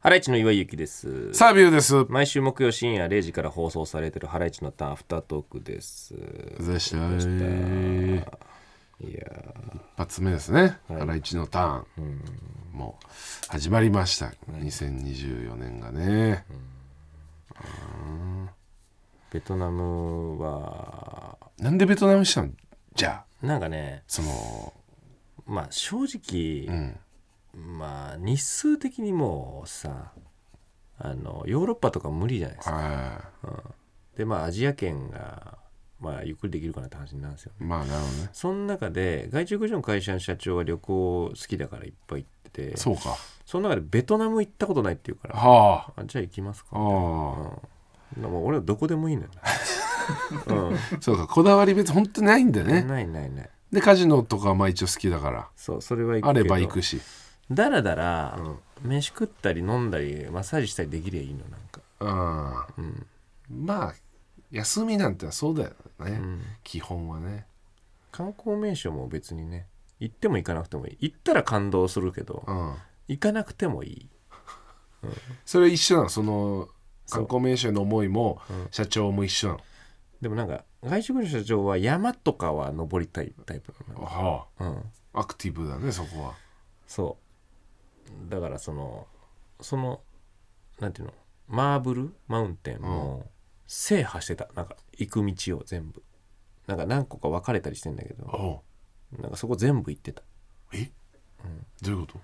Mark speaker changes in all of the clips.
Speaker 1: ハライチの岩井ゆきです。
Speaker 2: サービューです。
Speaker 1: 毎週木曜深夜0時から放送されてるハライチのターンアフタートークです。
Speaker 2: でした一
Speaker 1: いや
Speaker 2: 発目ですね。ハライチのターン。もう始まりました。2024年がね。
Speaker 1: ーベトナムは
Speaker 2: なんでベトナムにしたのじゃあ、
Speaker 1: なんかね、
Speaker 2: その、
Speaker 1: まあ正直、
Speaker 2: うん。
Speaker 1: まあ日数的にもうさ、あのヨーロッパとか無理じゃないですか。
Speaker 2: ああ
Speaker 1: でまあアジア圏がまあゆっくりできるかなって話になるんですよね。
Speaker 2: まあ、なるほどね。
Speaker 1: その中で外中駆除の会社の社長は旅行好きだからいっぱい行ってて
Speaker 2: そうか。
Speaker 1: その中でベトナム行ったことないっていうから
Speaker 2: は
Speaker 1: あじゃあ行きますか
Speaker 2: あ。あ
Speaker 1: うん、でも俺はどこでもいいの よ、
Speaker 2: あ。そうか。こだわり別に本当ないんだ
Speaker 1: うん、
Speaker 2: ね。
Speaker 1: ないないない
Speaker 2: で、カジノとかまあ一応好きだから。
Speaker 1: そうそれは行く
Speaker 2: あ
Speaker 1: けど
Speaker 2: れば行くし。
Speaker 1: だらだら、飯食ったり飲んだりマッサージしたりできりゃいいのなんか
Speaker 2: ああ
Speaker 1: ん
Speaker 2: まあ、休みなんてそうだよね
Speaker 1: ん。
Speaker 2: 基本はね。
Speaker 1: 観光名所も別にね行っても行かなくてもいい行ったら感動するけど、
Speaker 2: うん。
Speaker 1: 行かなくてもいい
Speaker 2: それ一緒なのその
Speaker 1: そう
Speaker 2: 観光名所への思いも社長も一緒なの、
Speaker 1: でもなんか外食の社長は山とかは登りたいタイプなの
Speaker 2: は
Speaker 1: うん
Speaker 2: あアクティブだねそこは
Speaker 1: そうだからそのそのなんていうのマーブルマウンテンも制覇してたなんか行く道を全部なんか何個か分かれたりしてんだけど
Speaker 2: おう
Speaker 1: なんかそこ全部行ってた
Speaker 2: え、どういうこ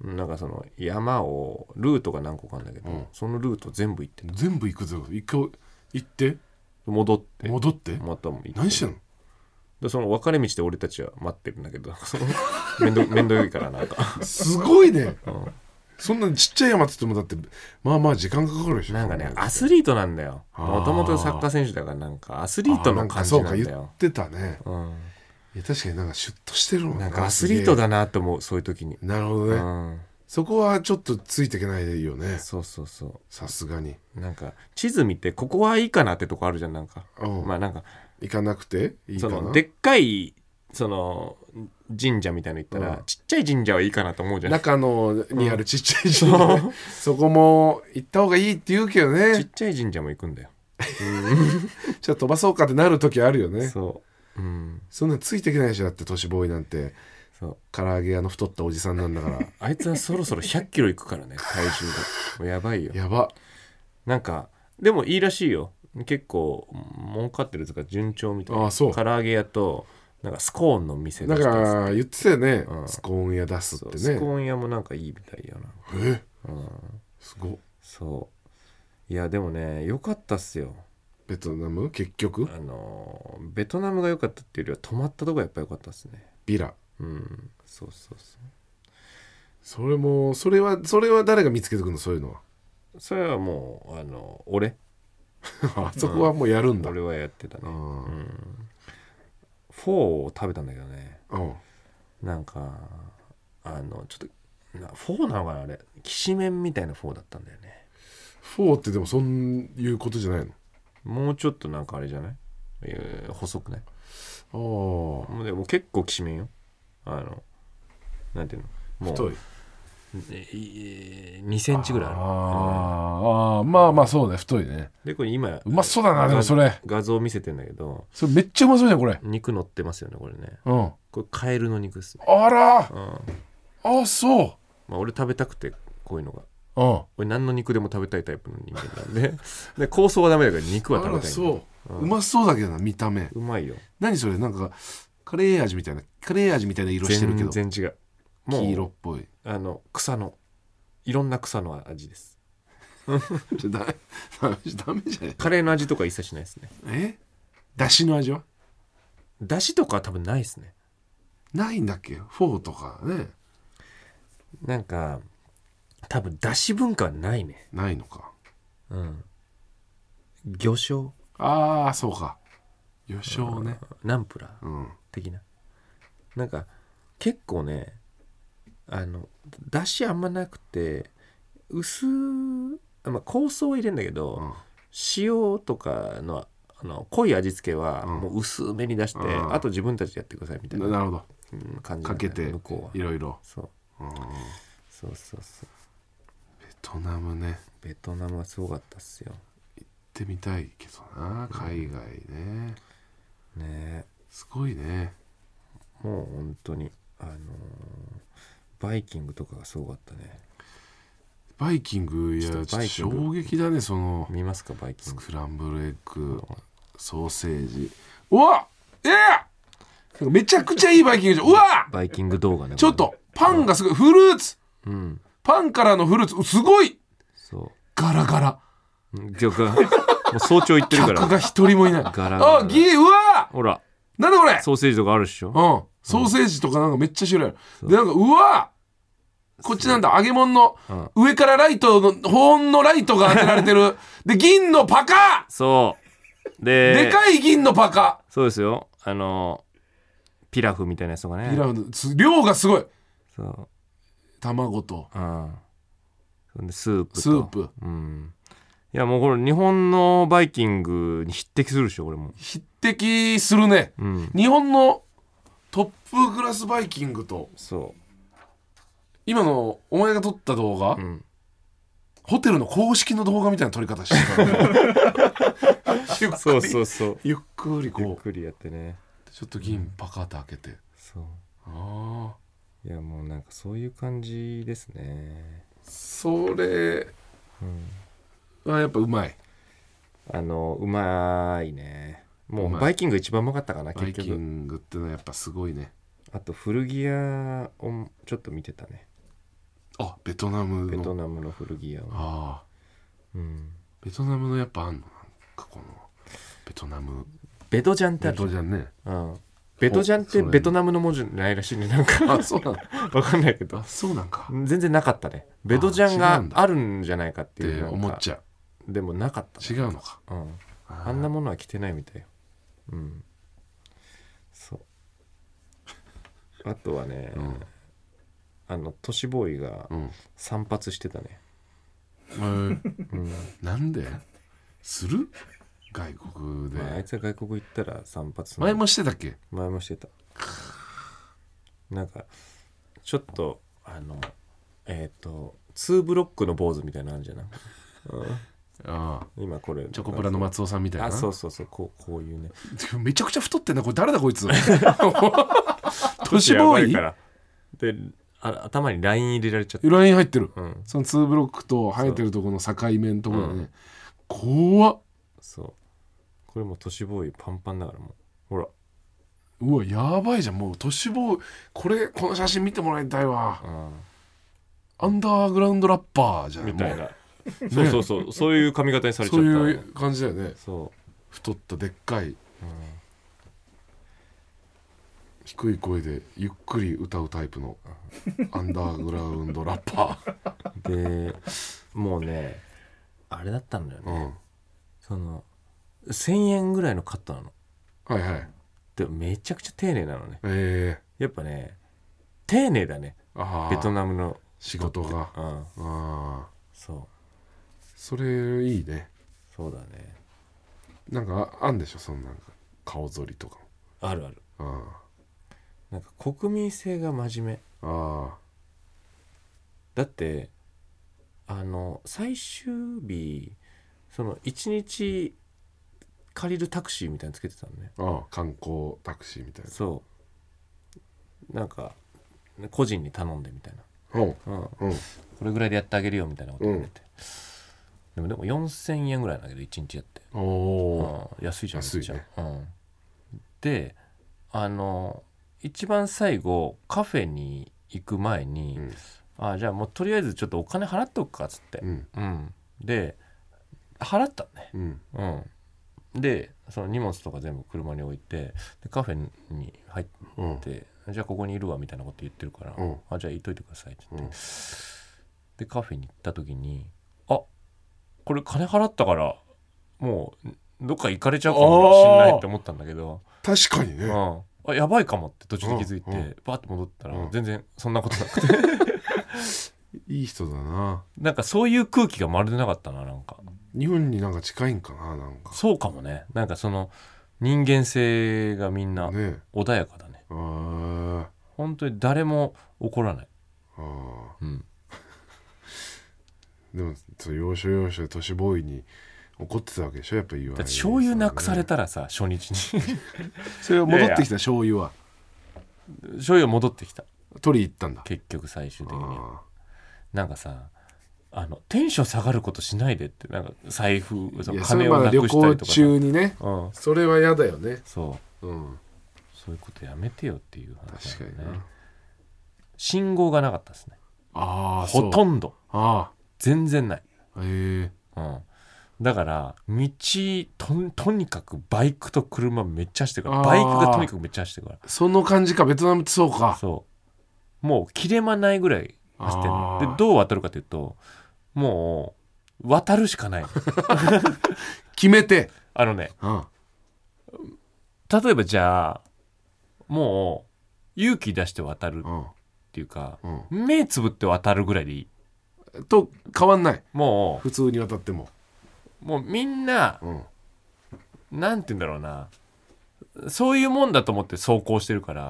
Speaker 2: と
Speaker 1: なんかその山をルートが何個かあるんだけど、
Speaker 2: うん
Speaker 1: そのルート全部行ってた
Speaker 2: 全部行くぞ一回行って
Speaker 1: 戻って
Speaker 2: 戻って
Speaker 1: またも行って
Speaker 2: 何してんの
Speaker 1: でその分かれ道で俺たちは待ってるんだけどなんかそのめんどめんどいからなん か
Speaker 2: すごいね、そんなちっちゃい山って言ってもだってまあまあ時間かかるでしょ
Speaker 1: なんかね
Speaker 2: そ
Speaker 1: アスリートなんだよ
Speaker 2: あー
Speaker 1: もともとサッカー選手だからなんかアスリート
Speaker 2: あ
Speaker 1: の
Speaker 2: んか
Speaker 1: 感じ
Speaker 2: そう
Speaker 1: な
Speaker 2: か
Speaker 1: ん
Speaker 2: 言
Speaker 1: だよ
Speaker 2: ってたね
Speaker 1: うん
Speaker 2: いや確かになんかシュッとしてるもん
Speaker 1: なんかアスリート
Speaker 2: だ
Speaker 1: だなと思うそういう時に、
Speaker 2: なるほど
Speaker 1: う
Speaker 2: ね、
Speaker 1: ん、
Speaker 2: そこはちょっとついていけないよね
Speaker 1: そうそうそ
Speaker 2: さすがに
Speaker 1: うなんか地図見てここはいいかなってとこあるじゃんなんか、
Speaker 2: うん
Speaker 1: まあなんか
Speaker 2: 行かなくていいか
Speaker 1: そ
Speaker 2: な
Speaker 1: のでっかいその神社みたいなの行ったら、
Speaker 2: うん
Speaker 1: ちっちゃい神社はいいかなと思うじゃんち
Speaker 2: 中のにあるちっちゃい神社、そこも行った方がいいって言うけど
Speaker 1: っ
Speaker 2: ね
Speaker 1: ちゃい神社も行くんだよ、
Speaker 2: じゃあ飛ばそうかってなる時あるよね
Speaker 1: そううん
Speaker 2: そんなんついていけないでしょだって都市ボーイなんて
Speaker 1: そう
Speaker 2: 唐揚げ屋の太ったおじさんなんだから
Speaker 1: あいつはそろそろ1 0 0キロ行くからね体重がもうやばいよ
Speaker 2: やば
Speaker 1: なんかでもいいらしいよ結構儲かってるとか順調みたいな
Speaker 2: あそう
Speaker 1: 唐揚げ屋となんかスコーンの店
Speaker 2: だ
Speaker 1: 出
Speaker 2: か
Speaker 1: してる
Speaker 2: ら言ってたよね、
Speaker 1: うん
Speaker 2: スコーン屋出すっ
Speaker 1: そう
Speaker 2: て
Speaker 1: スコ
Speaker 2: ね
Speaker 1: ーン屋もなんかいいみたいよな
Speaker 2: え
Speaker 1: うん
Speaker 2: すごっ
Speaker 1: そういやでもね良かったっすよ
Speaker 2: ベトナム結局
Speaker 1: あのーベトナムが良かったっていうよりは泊まったとこやっぱ良かったっすね
Speaker 2: ビラ
Speaker 1: うんそうそうそ
Speaker 2: それもそれはそれは誰が見つけてくるのそうい うのは
Speaker 1: うそれはもうあの俺
Speaker 2: あそこはもうやるんだ、
Speaker 1: 俺はやってた
Speaker 2: う
Speaker 1: ね
Speaker 2: ん
Speaker 1: フォーを食べたんだけどね
Speaker 2: うん
Speaker 1: なんかあのちょっとなフォーなのかなあれきしめんみたいなフォーだったんだよね
Speaker 2: フォーってでもそういうことじゃない
Speaker 1: もうちょっとなんかあれじゃない、えー細くない
Speaker 2: のあ
Speaker 1: もうでも結構きしめんよあのなんていうの
Speaker 2: あ
Speaker 1: もう
Speaker 2: 太い
Speaker 1: 2センチぐらいある
Speaker 2: あーあーまあまあそうね太いね
Speaker 1: でこれ今
Speaker 2: うまそうだなでもそれ
Speaker 1: 画像見せてんだけど
Speaker 2: それめっちゃうまそうじゃんこれ
Speaker 1: 肉乗ってますよねこれね
Speaker 2: うん
Speaker 1: これカエルの肉っすね、
Speaker 2: あら
Speaker 1: うんま
Speaker 2: ああそ
Speaker 1: あ、俺食べたくてこういうのが
Speaker 2: ううん
Speaker 1: 俺何の肉でも食べたいタイプの人間なん でで構想はダメだから肉は
Speaker 2: あ
Speaker 1: 食べ
Speaker 2: ら
Speaker 1: たい
Speaker 2: そううまそうだけどな見た目
Speaker 1: うまいよ
Speaker 2: 何それなんかカレー味みたいなカレー味みたいな色してるけど
Speaker 1: 全然違うもう
Speaker 2: 黄色っぽい
Speaker 1: あの草のいろんな草の味です
Speaker 2: ちょダメ ダメダメじゃない
Speaker 1: カレーの味とか一切しないですね
Speaker 2: えだしの味は
Speaker 1: だしとかは多分ないですね
Speaker 2: ないんだっけフォーとかね
Speaker 1: なんか多分だし文化はないね
Speaker 2: ないのか
Speaker 1: うん魚醤
Speaker 2: ああそうか魚醤ね
Speaker 1: ナンプラー
Speaker 2: うん
Speaker 1: 的ななんか結構ねあのだしあんまなくて薄あまあ香草は入れんだけど、
Speaker 2: うん
Speaker 1: 塩とかのあの濃い味付けはもう薄めに出して、
Speaker 2: うん
Speaker 1: あと自分たちでやってくださいみたいな
Speaker 2: ななるほど
Speaker 1: うん感じな
Speaker 2: か
Speaker 1: んだ
Speaker 2: け
Speaker 1: よね
Speaker 2: て
Speaker 1: 向こうはい
Speaker 2: ろいろ
Speaker 1: そう
Speaker 2: うん
Speaker 1: そうそうそう
Speaker 2: トナムね
Speaker 1: ベトナムはすごかったっすよ
Speaker 2: 行ってみたいけどな海外ね
Speaker 1: ねえ
Speaker 2: すごいね
Speaker 1: もう本当にあのーバイキングとかがすごかったね
Speaker 2: バイキングいや
Speaker 1: ちょっと
Speaker 2: ち
Speaker 1: バ
Speaker 2: ょっと
Speaker 1: イキング
Speaker 2: 衝撃だねその
Speaker 1: 見ますかバイキン
Speaker 2: ス
Speaker 1: グ
Speaker 2: クランブルエッグソーセージうわええめちゃくちゃいいバイキングじゃんうわ
Speaker 1: バイキング動画ね
Speaker 2: ちょっ
Speaker 1: こと
Speaker 2: パンがすごいフルーツ
Speaker 1: れうん
Speaker 2: パンからのフルーツうすごい
Speaker 1: そ
Speaker 2: ガラガラ
Speaker 1: ううんじゃあがもう早朝行ってるか
Speaker 2: 客
Speaker 1: ら
Speaker 2: が一人もいない
Speaker 1: ガラガラ
Speaker 2: あギーうわ
Speaker 1: ほら
Speaker 2: なんだこれ
Speaker 1: ソーセージとかあるっしょ
Speaker 2: うん、ソーセージとかなんかめっちゃ種類ある、
Speaker 1: そう
Speaker 2: でなんかうわこっちなんだ揚げ物の
Speaker 1: うん
Speaker 2: 上からライトの保温のライトが当てられ てるで銀のパカ
Speaker 1: そうで
Speaker 2: でかい銀のパカ
Speaker 1: そうですよあのピラフみたいなやつとかね
Speaker 2: ピラフのつ量がすごい
Speaker 1: そう
Speaker 2: 卵と
Speaker 1: うんそんでスープと
Speaker 2: スープ
Speaker 1: うんいやもうこれ日本のバイキングに匹敵するでしょ俺も
Speaker 2: 匹敵するね
Speaker 1: うん
Speaker 2: 日本のトップクラスバイキングと
Speaker 1: そ
Speaker 2: 今のお前が撮った動画、
Speaker 1: ううん
Speaker 2: ホテルの公式の動画みたいな撮り方 してた、ね、ゆっくり
Speaker 1: そうそうそう
Speaker 2: ゆっくり
Speaker 1: ゆっ
Speaker 2: こう
Speaker 1: くりやってね
Speaker 2: ちょっと銀パカって開けて、
Speaker 1: そう
Speaker 2: ああ
Speaker 1: いやもうなんかそういう感じですね
Speaker 2: それ
Speaker 1: うん
Speaker 2: はやっぱうまい
Speaker 1: あのうまいねも
Speaker 2: うま
Speaker 1: う
Speaker 2: い
Speaker 1: バイキング一番うまかったかな
Speaker 2: バ
Speaker 1: 結
Speaker 2: イキ
Speaker 1: 局
Speaker 2: ングってのはやっぱすごいね
Speaker 1: あと古着屋をちょっと見てたね
Speaker 2: あベトナム
Speaker 1: ベト
Speaker 2: の
Speaker 1: ナムの古着屋を
Speaker 2: ああ
Speaker 1: うん
Speaker 2: ベトナムのやっぱあんのなんかこのベトナム
Speaker 1: ベトジャンってあ
Speaker 2: ベ
Speaker 1: るじゃ
Speaker 2: トじゃんね
Speaker 1: んうんベトジャンって
Speaker 2: おそれ
Speaker 1: ベトナムの文字ないらしいねなん か
Speaker 2: あそうなんだ
Speaker 1: わかんないけど
Speaker 2: あそうなんかっ
Speaker 1: 全然なかったねベトジャン
Speaker 2: 違うん
Speaker 1: が
Speaker 2: だ
Speaker 1: あるんじゃないかっていう
Speaker 2: て
Speaker 1: なんか
Speaker 2: 思っちゃ
Speaker 1: でもなかったね
Speaker 2: う違うのか
Speaker 1: うん
Speaker 2: あ
Speaker 1: あんなものは着てないみたいようんそうあとはね、
Speaker 2: うん
Speaker 1: あの都市ボーイが
Speaker 2: うん、
Speaker 1: 散髪してたね、
Speaker 2: えー
Speaker 1: うん
Speaker 2: なんでする外国で、
Speaker 1: まあ、あいつが外国行ったら散髪する
Speaker 2: 前もしてたっけ
Speaker 1: 前もしてたなんかちょっとあのえっ、と2ブロックの坊主みたいなのあるんじゃない、
Speaker 2: ああ
Speaker 1: うん今これ
Speaker 2: チョコプラの松尾さんみたいな
Speaker 1: あそうそうそうこうこういうね
Speaker 2: めちゃくちゃ太ってんなこれ誰だこいつ 都市ボー
Speaker 1: やばい
Speaker 2: イ
Speaker 1: からであ頭にライン入れられちゃった
Speaker 2: ライン入ってる
Speaker 1: うん
Speaker 2: その2ブロックと生えてるところの境目のところだね、怖っ
Speaker 1: そうこれもう都市ボーイパンパンだからもうほら
Speaker 2: うわやばいじゃんもう都市ボーイこれこの写真見てもらいたいわ
Speaker 1: う
Speaker 2: アンダーグラウンドラッパーじゃ
Speaker 1: ん
Speaker 2: ない
Speaker 1: みたい
Speaker 2: も
Speaker 1: なそうそうそうそういう髪型にさ
Speaker 2: う
Speaker 1: れちゃ
Speaker 2: そ
Speaker 1: っ
Speaker 2: う
Speaker 1: たそ
Speaker 2: い
Speaker 1: う
Speaker 2: う感じだよね太ったでっかい低い声でゆっくり歌うタイプのアンダーグラウンドラッパ
Speaker 1: うんでもうねあれだったんだよ
Speaker 2: ー、う
Speaker 1: ね、
Speaker 2: ん、
Speaker 1: その1,000円ぐらいのカットなの
Speaker 2: はいはい
Speaker 1: でもめちゃくちゃ丁寧なのね
Speaker 2: え
Speaker 1: やっぱね丁寧だね
Speaker 2: ー、あ
Speaker 1: ベト
Speaker 2: あ
Speaker 1: ナムの
Speaker 2: 仕事が
Speaker 1: うん
Speaker 2: ああ
Speaker 1: そう
Speaker 2: それいいね
Speaker 1: そうだね
Speaker 2: なんかああんでしょそのなんか顔ぞりとか
Speaker 1: あるある
Speaker 2: も
Speaker 1: なんか国民性が真面目
Speaker 2: あーあ
Speaker 1: だってあの最終日その1日借りるタクシーみたいにつけてたのね
Speaker 2: ーあー観光タクシーみたいな
Speaker 1: そうなんか個人に頼んでみたい
Speaker 2: うん
Speaker 1: な、うん、
Speaker 2: うん
Speaker 1: これぐらいでやってあげるよみたいなこと言われて、でもでも4,000円ぐらいなんだけど1日やって、
Speaker 2: お
Speaker 1: う
Speaker 2: お
Speaker 1: ん、安いじゃん
Speaker 2: 安
Speaker 1: め
Speaker 2: いね
Speaker 1: っちゃうん、であの一番最後カフェに行く前に、
Speaker 2: うん
Speaker 1: あじゃあもうとりあえずちょっとお金払っとくかっつって、
Speaker 2: うん
Speaker 1: うん、で払ったね、
Speaker 2: うん
Speaker 1: うん、でその荷物とか全部車に置いてでカフェに入っ
Speaker 2: うん
Speaker 1: て「じゃあここにいるわ」みたいなこと言ってるから「
Speaker 2: うん
Speaker 1: あじゃあいといてください」って言
Speaker 2: う
Speaker 1: っ
Speaker 2: ん
Speaker 1: て、でカフェに行った時に「あこれ金払ったからもうどっか行かれちゃうかもしんない」って思ったんだけど、
Speaker 2: 確かに
Speaker 1: う
Speaker 2: ね
Speaker 1: ん、あやばいかもって途中で気づいて、
Speaker 2: うんうん
Speaker 1: バーって戻ったら、
Speaker 2: うん
Speaker 1: 全然そんなことなくて
Speaker 2: いい人だな
Speaker 1: なんかそういう空気がまるでなかったななんか。
Speaker 2: 日本になんか近いんかななんか
Speaker 1: そうかもねなんかその人間性がみんな
Speaker 2: ね
Speaker 1: 穏やかだね
Speaker 2: あー
Speaker 1: 本当に誰も怒らない、
Speaker 2: あー
Speaker 1: うん、
Speaker 2: でもそう要所要所で都市ボーイに怒ってたわけでしょやっぱ言わ
Speaker 1: だって醤油なくされたらさ初日に
Speaker 2: それは戻ってきた醤油は
Speaker 1: 醤油戻ってきた
Speaker 2: 取り行ったんだ
Speaker 1: 結局最終的には
Speaker 2: あ
Speaker 1: なんかさあのテンション下がることしないでってなんか財布そ
Speaker 2: ーい
Speaker 1: の
Speaker 2: やそれ
Speaker 1: 金
Speaker 2: は
Speaker 1: を
Speaker 2: ま
Speaker 1: な
Speaker 2: だ旅
Speaker 1: くした
Speaker 2: 行
Speaker 1: りとかさ
Speaker 2: 中にね
Speaker 1: うん、
Speaker 2: それは嫌だよね
Speaker 1: そう
Speaker 2: うん
Speaker 1: そういうことやめてよっていう話
Speaker 2: 確
Speaker 1: だ
Speaker 2: か
Speaker 1: よ
Speaker 2: に
Speaker 1: ね
Speaker 2: な、
Speaker 1: 信号がなかったですね
Speaker 2: ああ
Speaker 1: ほと
Speaker 2: んど
Speaker 1: んど
Speaker 2: あ
Speaker 1: 全然ない、
Speaker 2: あへえ
Speaker 1: うん、だから道とんとにかくバイクと車めっちゃ走ってるから
Speaker 2: あー
Speaker 1: バイクがとにかくめっちゃ走ってるから
Speaker 2: その感じかベトナムってそうか
Speaker 1: そうもう切れ間ないぐらい走ってるの
Speaker 2: あ
Speaker 1: で
Speaker 2: ー
Speaker 1: どう渡るかというともう渡るしかない
Speaker 2: 決めて
Speaker 1: あのね
Speaker 2: うん
Speaker 1: 例えばじゃあもう勇気出して渡るっ
Speaker 2: うん
Speaker 1: ていうか
Speaker 2: うん
Speaker 1: 目つぶって渡るぐらいでいい
Speaker 2: と変わんない
Speaker 1: も
Speaker 2: 普通に渡っても
Speaker 1: うもうみんな
Speaker 2: うん
Speaker 1: なんて言うんだろうなそういうもんだと思って走行してるか
Speaker 2: う
Speaker 1: ら、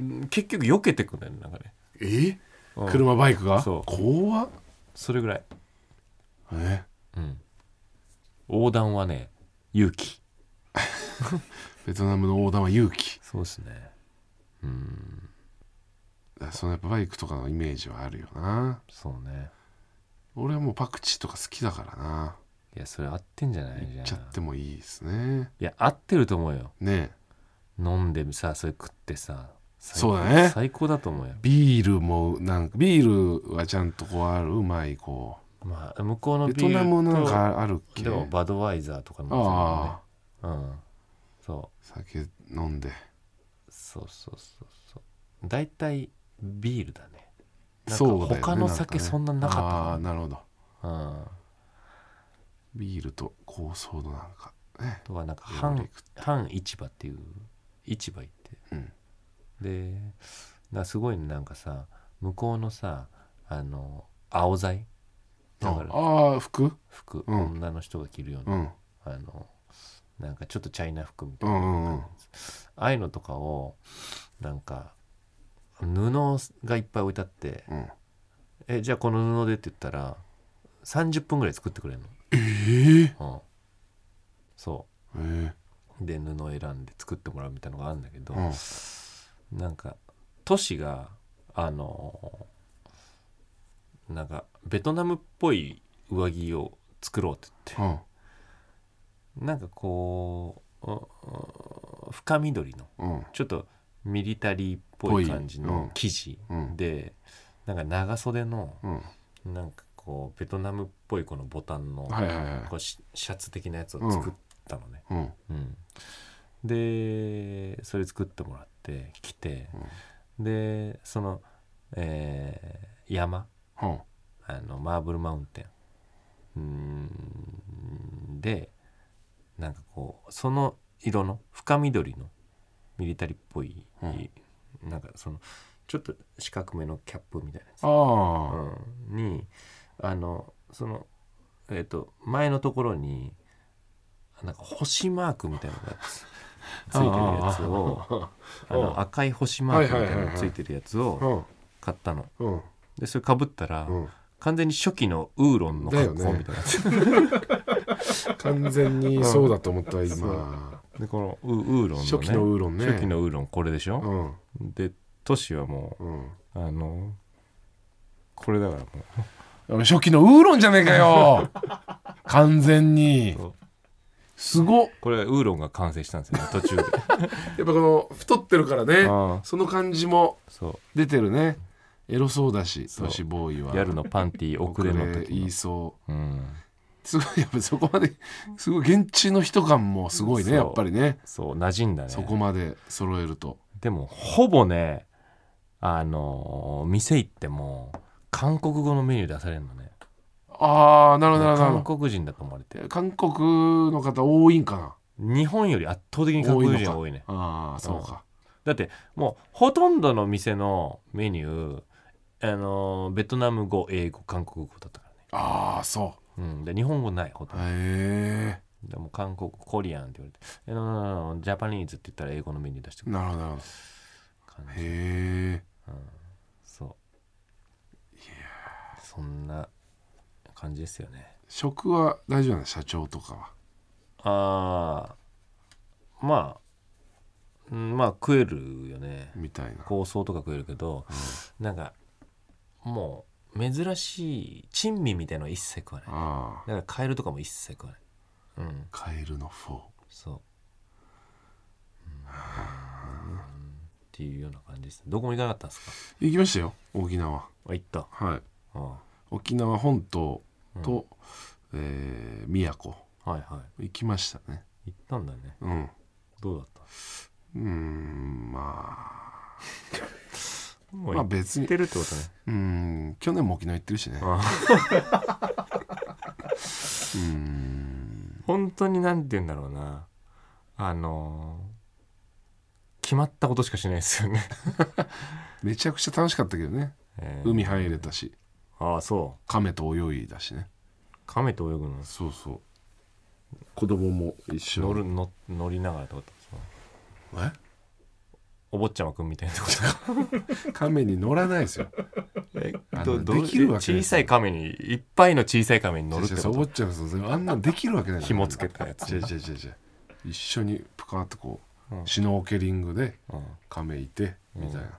Speaker 2: ん
Speaker 1: 結局避けてくんだよねなんかね、
Speaker 2: え
Speaker 1: うん
Speaker 2: 車バイクが
Speaker 1: そう
Speaker 2: 怖っ
Speaker 1: それぐらい、
Speaker 2: え
Speaker 1: うん、横断はね勇気
Speaker 2: ベトナムの横断は勇気
Speaker 1: そうですねうん
Speaker 2: だからそのやっぱバイクとかのイメージはあるよな
Speaker 1: そうね
Speaker 2: 俺はもうパクチーとか好きだからない
Speaker 1: やそれ合ってんじゃないじ
Speaker 2: 行
Speaker 1: ゃ
Speaker 2: っ
Speaker 1: ん
Speaker 2: ちゃってもいいですね
Speaker 1: いや合ってると思うよ
Speaker 2: ねえ
Speaker 1: 飲んでさそれ食ってさ最
Speaker 2: そうだね
Speaker 1: 最高だと思うよ
Speaker 2: ビールもなんかビールはちゃんとこうあるうまいこ
Speaker 1: まあ向こうの
Speaker 2: うベ
Speaker 1: ビ
Speaker 2: ト
Speaker 1: ール
Speaker 2: ナムなんかあるっけ
Speaker 1: でもバドワイザーとかも
Speaker 2: あ
Speaker 1: そうだよねうんそ
Speaker 2: あ酒飲んで
Speaker 1: うそうそうそうそう大体ビールだねなんか
Speaker 2: そうだよね
Speaker 1: 他の酒そんななかったか
Speaker 2: あ
Speaker 1: ら
Speaker 2: あーなるほど
Speaker 1: うん
Speaker 2: ビールと高ソードなんか
Speaker 1: あとはなんか
Speaker 2: 料
Speaker 1: 半
Speaker 2: 理食っ
Speaker 1: 半市場っていう市場行って、
Speaker 2: うん
Speaker 1: でなすごいなんかさ向こうのさあの青剤だから
Speaker 2: ああ服
Speaker 1: 服、
Speaker 2: うん
Speaker 1: 女の人が着るよう
Speaker 2: う
Speaker 1: な、
Speaker 2: ん
Speaker 1: あのなんかちょっとチャイナ服みた
Speaker 2: う
Speaker 1: いな、
Speaker 2: んうんうん
Speaker 1: ああいうのとかをなんか布がいっぱい置いてあって
Speaker 2: うん
Speaker 1: 「えじゃあこの布で」って言ったら30分ぐらい作ってくれる
Speaker 2: ええ
Speaker 1: の、うん、そ
Speaker 2: え
Speaker 1: うで布選んで作ってもらうみたいなのがあるんだけど、
Speaker 2: えうん
Speaker 1: なんか都市があのーなんかベトナムっぽい上着を作ろうって言って、
Speaker 2: うん
Speaker 1: なんかこううう深緑の
Speaker 2: うん
Speaker 1: ちょっとミリタリーっぽい
Speaker 2: ぽい
Speaker 1: 感じ
Speaker 2: うん
Speaker 1: の生地
Speaker 2: うん
Speaker 1: で、なんか長袖の
Speaker 2: うん
Speaker 1: なんかこうベトナムっぽいこのボタンの、
Speaker 2: はいはいは
Speaker 1: こうシシャツ的なやつを作ったのね、
Speaker 2: いうん
Speaker 1: うんでそれ作ってもらって着て、でその、えー山
Speaker 2: うん
Speaker 1: あのマーブルマウンテンうーんでなんかこうその色の深緑のミリタリーっぽい、
Speaker 2: うん
Speaker 1: なんかそのちょっと四角めのキャップみたいなやつ、
Speaker 2: ああ
Speaker 1: うん、にあのそのえっ、と前のところになんか星マークみたいなのがついてるやつをあの赤い星マークみたいなのがついてるやつを
Speaker 2: うん
Speaker 1: 買ったの。
Speaker 2: うん
Speaker 1: でそれかぶったら、
Speaker 2: うん
Speaker 1: 完全に初期のウーロンの格好みたいな、
Speaker 2: 完全にそうだと思った今
Speaker 1: でこのウウーロンの、ね、
Speaker 2: 初期のウーロンね
Speaker 1: 初期のウーロンこれでし
Speaker 2: う
Speaker 1: ょ、
Speaker 2: ん
Speaker 1: でトシはも
Speaker 2: うん
Speaker 1: うあのこれだからも
Speaker 2: 俺初期のウーロンじゃねえ かよ完全に
Speaker 1: そう
Speaker 2: すごっ
Speaker 1: うこれウーロンが完成したんですよ ね途中で
Speaker 2: やっぱこの太ってるからね
Speaker 1: ああ
Speaker 2: その感じも
Speaker 1: そ
Speaker 2: 出てるねエロそうだし
Speaker 1: そう
Speaker 2: 都市ボーイは
Speaker 1: うやるのパンティー遅
Speaker 2: 遅
Speaker 1: れ
Speaker 2: れ
Speaker 1: の時
Speaker 2: 言
Speaker 1: の
Speaker 2: いそう
Speaker 1: うん
Speaker 2: すごいやっぱそこまですごい現地の人感もすごい
Speaker 1: そ
Speaker 2: ね
Speaker 1: う
Speaker 2: やっぱりね
Speaker 1: そう馴染んだね
Speaker 2: そこまで揃えると
Speaker 1: でもほぼねあの店行っても韓国語のメニュー出されるのね
Speaker 2: ああなるほどなるほどな
Speaker 1: 韓
Speaker 2: るほ
Speaker 1: 国人だと思われて
Speaker 2: ど韓国の方多いんか
Speaker 1: 日本より圧倒的
Speaker 2: な
Speaker 1: に韓国
Speaker 2: の
Speaker 1: 人
Speaker 2: か
Speaker 1: が多いね
Speaker 2: ああそうか
Speaker 1: だってもうほとんどの店のメニューあのーベトナム語英語韓国語だったからね、
Speaker 2: ああそ
Speaker 1: うん、で日本語ないほと
Speaker 2: うん
Speaker 1: ど
Speaker 2: へ
Speaker 1: でもう韓国コリアンって言われて「えのジャパニーズ」って言ったら英語のメニュー出してく
Speaker 2: え
Speaker 1: る
Speaker 2: なるほどなるほど
Speaker 1: 感じ
Speaker 2: へえ
Speaker 1: そうそんな感じですよね
Speaker 2: 職は大丈夫なの社長とかは
Speaker 1: ああまあうんまあ食えるよね
Speaker 2: みたいな
Speaker 1: 構想とか食えるけど、なんかもう珍しい珍味みたいのは一切食わないだか
Speaker 2: ああ
Speaker 1: らカエルとかも一切食わないうん
Speaker 2: カエルのフォー
Speaker 1: そう、うんっていうような感じですどこも行かなかったんです
Speaker 2: 行きましたよ沖縄
Speaker 1: かあ行った
Speaker 2: はい
Speaker 1: あ
Speaker 2: 沖縄本島と、えー宮古
Speaker 1: あはいは
Speaker 2: 行きましたね
Speaker 1: い行ったんだね
Speaker 2: うん
Speaker 1: どうだっ
Speaker 2: うーんま
Speaker 1: た
Speaker 2: あ
Speaker 1: もう
Speaker 2: まあ
Speaker 1: 行
Speaker 2: 別
Speaker 1: っ
Speaker 2: に
Speaker 1: てるってことね
Speaker 2: うーん去年も沖縄行ってるしねう
Speaker 1: ああ
Speaker 2: ーん
Speaker 1: 本当になんて言うんだろうなあのー決まったことしかしないですよね、
Speaker 2: めちゃくちゃ楽しかったけどね
Speaker 1: えー
Speaker 2: 海入れたし
Speaker 1: ああそ
Speaker 2: 亀と泳いだしね
Speaker 1: う亀と泳ぐの
Speaker 2: そうそう子供も一緒
Speaker 1: 乗る乗乗りながらってことそのお坊ちゃまくんみたいなってことか
Speaker 2: え亀に乗らないですよ
Speaker 1: え
Speaker 2: あ
Speaker 1: ど
Speaker 2: の
Speaker 1: ど
Speaker 2: できるわけない
Speaker 1: 小さい亀にいっぱいの小さい亀に乗るって
Speaker 2: 違う違うそ
Speaker 1: こ
Speaker 2: うお坊
Speaker 1: と
Speaker 2: ちゃんそうあんなできるわけない
Speaker 1: 紐つけたやつ
Speaker 2: 違う違う違う違う一緒にプカーっとこう、
Speaker 1: うん
Speaker 2: シュノーケリングで
Speaker 1: うん
Speaker 2: 亀いてみたいな、
Speaker 1: うん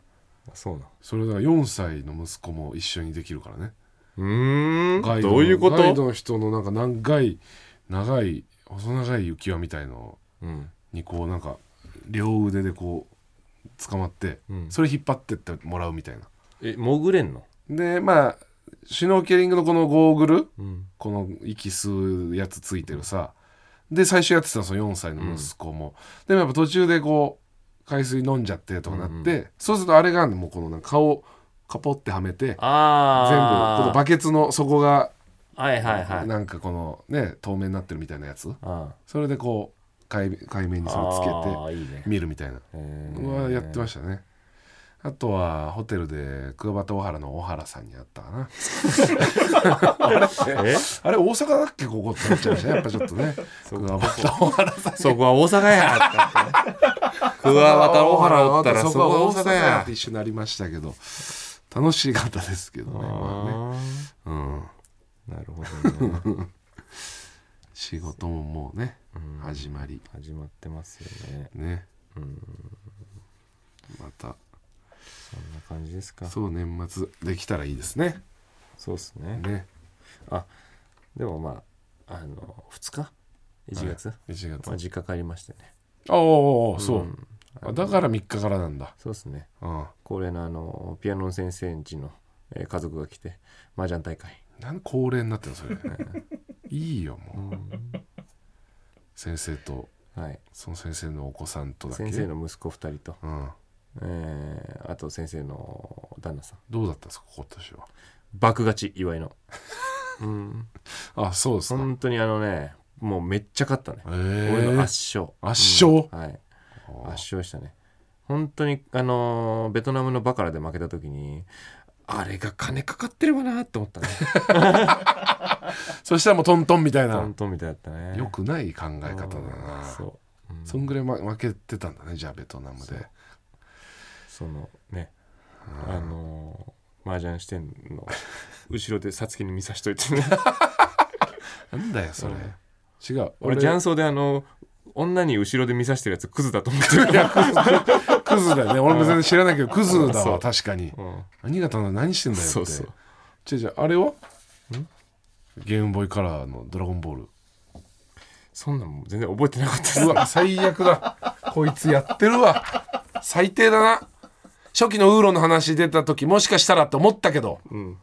Speaker 1: そうな
Speaker 2: それだから4歳の息子も一緒にできるからね
Speaker 1: うーん
Speaker 2: の
Speaker 1: どういうこ
Speaker 2: ガイド
Speaker 1: と
Speaker 2: の人のなんか長い長い細長い浮き輪みたいの
Speaker 1: うん
Speaker 2: にこうなんか両腕でこう捕まって、
Speaker 1: うん
Speaker 2: それ引っ張ってってもらうみたいな
Speaker 1: え潜れんの
Speaker 2: でまあシュノーケリングのこのゴーグル
Speaker 1: うん
Speaker 2: この息吸うやつついてるさで最初やってたのその4歳の息子も、でもやっぱ途中でこう海水飲んじゃってとかなって、
Speaker 1: う
Speaker 2: そうするとあれがあんのもうこのなんか顔カポってはめて全部こ
Speaker 1: ああ
Speaker 2: のバケツの底が
Speaker 1: はいはいはい
Speaker 2: なんかこのね透明になってるみたいなやつ
Speaker 1: あ
Speaker 2: それでこう海海面にそれつけ
Speaker 1: ああいいね
Speaker 2: て見るみたいなのはやってましたねあとはホテルで桑畑小原の小原さんに会ったかな
Speaker 1: たえ
Speaker 2: あれ大阪だっけここってなっちゃいましたねやっぱちょっとね
Speaker 1: そう
Speaker 2: 桑畑小原さん
Speaker 1: そこは大阪やクワバタ大原おったらそこは大阪
Speaker 2: や
Speaker 1: や
Speaker 2: って一緒になりましたけど楽しかったですけどね,、ま
Speaker 1: あ
Speaker 2: あ、ねうん
Speaker 1: ーなるほどね
Speaker 2: 仕事ももうね
Speaker 1: うん
Speaker 2: 始まり
Speaker 1: 始まってますよね
Speaker 2: ね
Speaker 1: うん
Speaker 2: また
Speaker 1: そんな感じですか
Speaker 2: そう年末できたらいいですね
Speaker 1: そうですね
Speaker 2: ね
Speaker 1: でもまああの2日1月、
Speaker 2: 1月
Speaker 1: まあ、実家帰りましてね
Speaker 2: ああそう、
Speaker 1: ん
Speaker 2: あだから3日からなんだ
Speaker 1: そうですね
Speaker 2: うん
Speaker 1: 恒例のあのピアノの先生んちの、えー家族が来て麻雀大会
Speaker 2: なん恒例になってるのそれいいよもう先生と
Speaker 1: はい
Speaker 2: その先生のお子さんとだけ
Speaker 1: 先生の息子2人と、
Speaker 2: うん
Speaker 1: えーあと先生の旦那さん
Speaker 2: どうだったんですか今年は
Speaker 1: 爆勝ち 祝いのうん
Speaker 2: あそうですか
Speaker 1: 本当にあのねもうめっちゃ勝ったね、
Speaker 2: え
Speaker 1: 俺の
Speaker 2: ー、
Speaker 1: 圧勝
Speaker 2: 圧勝
Speaker 1: うんはい圧
Speaker 2: あ
Speaker 1: 勝したね本当にあのーベトナムのバカラで負けた時にあれが金かかってればなって思った ね
Speaker 2: そしたらもうトントンみたいな
Speaker 1: 本当みたいだったね
Speaker 2: よくない考え方だ
Speaker 1: うん
Speaker 2: な
Speaker 1: そう、うん
Speaker 2: そんぐらい、ま、負けてたんだねじゃあベトナム
Speaker 1: そ
Speaker 2: で
Speaker 1: うそのねあのー、麻雀してん の後ろでさつきに見さしといてね
Speaker 2: なんだよそれ
Speaker 1: うん
Speaker 2: 違う
Speaker 1: 俺雀荘であの女に後ろで見さしてるやつクズだと思って
Speaker 2: い
Speaker 1: る、
Speaker 2: やクズクズ だよね俺も全然知らないけどクズだ
Speaker 1: そ
Speaker 2: わ
Speaker 1: う
Speaker 2: 確かに
Speaker 1: うん、
Speaker 2: 兄方の何してんだよって
Speaker 1: そうそう
Speaker 2: 違う違うあれはゲームボーイカラーの「ドラゴンボール
Speaker 1: そんなんもう全然覚えてなかったで」す
Speaker 2: うわ最悪だこいつやってるわ最低だな初期のウーロンの話出た時もしかしたらって思ったけど
Speaker 1: うん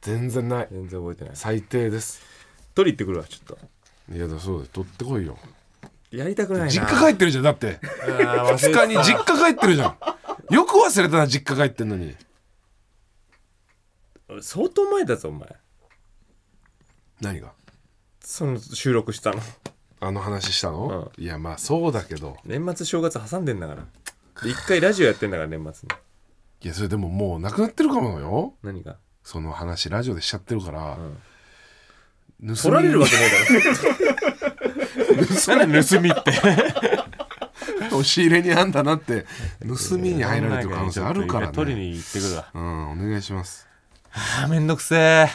Speaker 2: 全然ない
Speaker 1: 全然覚えてない
Speaker 2: 最低です
Speaker 1: 取り行ってくるわちょっ
Speaker 2: いやだそうだよ取ってこいよ
Speaker 1: とやりたくないな
Speaker 2: 実家帰ってるじゃんだって2日に実家帰ってるじゃんよく忘れたな実家帰ってんのに
Speaker 1: 相当前だぞお前
Speaker 2: 何が
Speaker 1: その収録したの
Speaker 2: あの話したの、いやまあそうだけど
Speaker 1: 年末正月挟んでんだからで一回ラジオやってんだから年末に
Speaker 2: いやそれでももうなくなってるかもよ
Speaker 1: 何が、
Speaker 2: その話ラジオでしちゃってるから、
Speaker 1: ん
Speaker 2: 盗み
Speaker 1: 取られるわけねえだろなんで盗みって
Speaker 2: 押し入れにあんだなって盗みに入られてる可能性あるから
Speaker 1: 取り
Speaker 2: ね
Speaker 1: に行ってくるわ
Speaker 2: うんお願いします
Speaker 1: あーめんどくせえ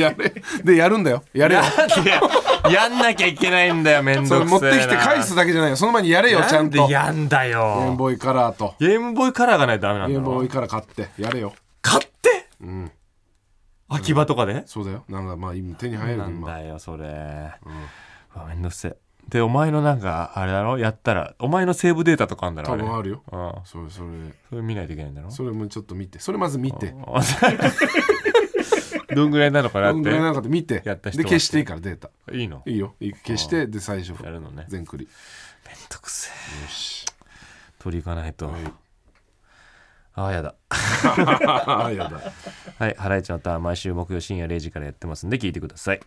Speaker 2: やれでやるんだよやれよ
Speaker 1: なんでやんなきゃいけないんだよめん
Speaker 2: そ
Speaker 1: ど
Speaker 2: れ
Speaker 1: くせえな
Speaker 2: 持ってきて返すだけじゃないよその前にやれよちゃんと
Speaker 1: なんで
Speaker 2: ゲ
Speaker 1: やんだ
Speaker 2: ーム
Speaker 1: よ
Speaker 2: ボーイカラーと
Speaker 1: ゲームボーイカラーがないとダメなん
Speaker 2: ゲ
Speaker 1: だ
Speaker 2: ームボ
Speaker 1: ろ
Speaker 2: ーイカラー買ってやれよ
Speaker 1: 買って
Speaker 2: うん
Speaker 1: 秋葉とかで、
Speaker 2: そうだよなんだまあ今手に入る
Speaker 1: な
Speaker 2: よ
Speaker 1: ん
Speaker 2: 今
Speaker 1: だよそれ、うわめんどくせえでお前のなんかあれだろやったらお前のセーブデータとかあんだろ
Speaker 2: 多
Speaker 1: あれ
Speaker 2: 分あるよ
Speaker 1: うん
Speaker 2: それそれ
Speaker 1: それ見ないといけないんだろ
Speaker 2: それもちょっと見てそれまず見て
Speaker 1: うん どんぐらいなのかな
Speaker 2: ど
Speaker 1: っ
Speaker 2: んぐらいなんかで見て
Speaker 1: や
Speaker 2: で
Speaker 1: った人は
Speaker 2: 消していいからデータ
Speaker 1: ていいの
Speaker 2: いいよいい消してで最初
Speaker 1: やるのねめん
Speaker 2: 全クリ
Speaker 1: どくせえ
Speaker 2: よし
Speaker 1: 取り行かないと、
Speaker 2: はい
Speaker 1: ああやだ
Speaker 2: ああやだ
Speaker 1: はいハライチのターン毎週木曜深夜0時からやってますんで聞いてください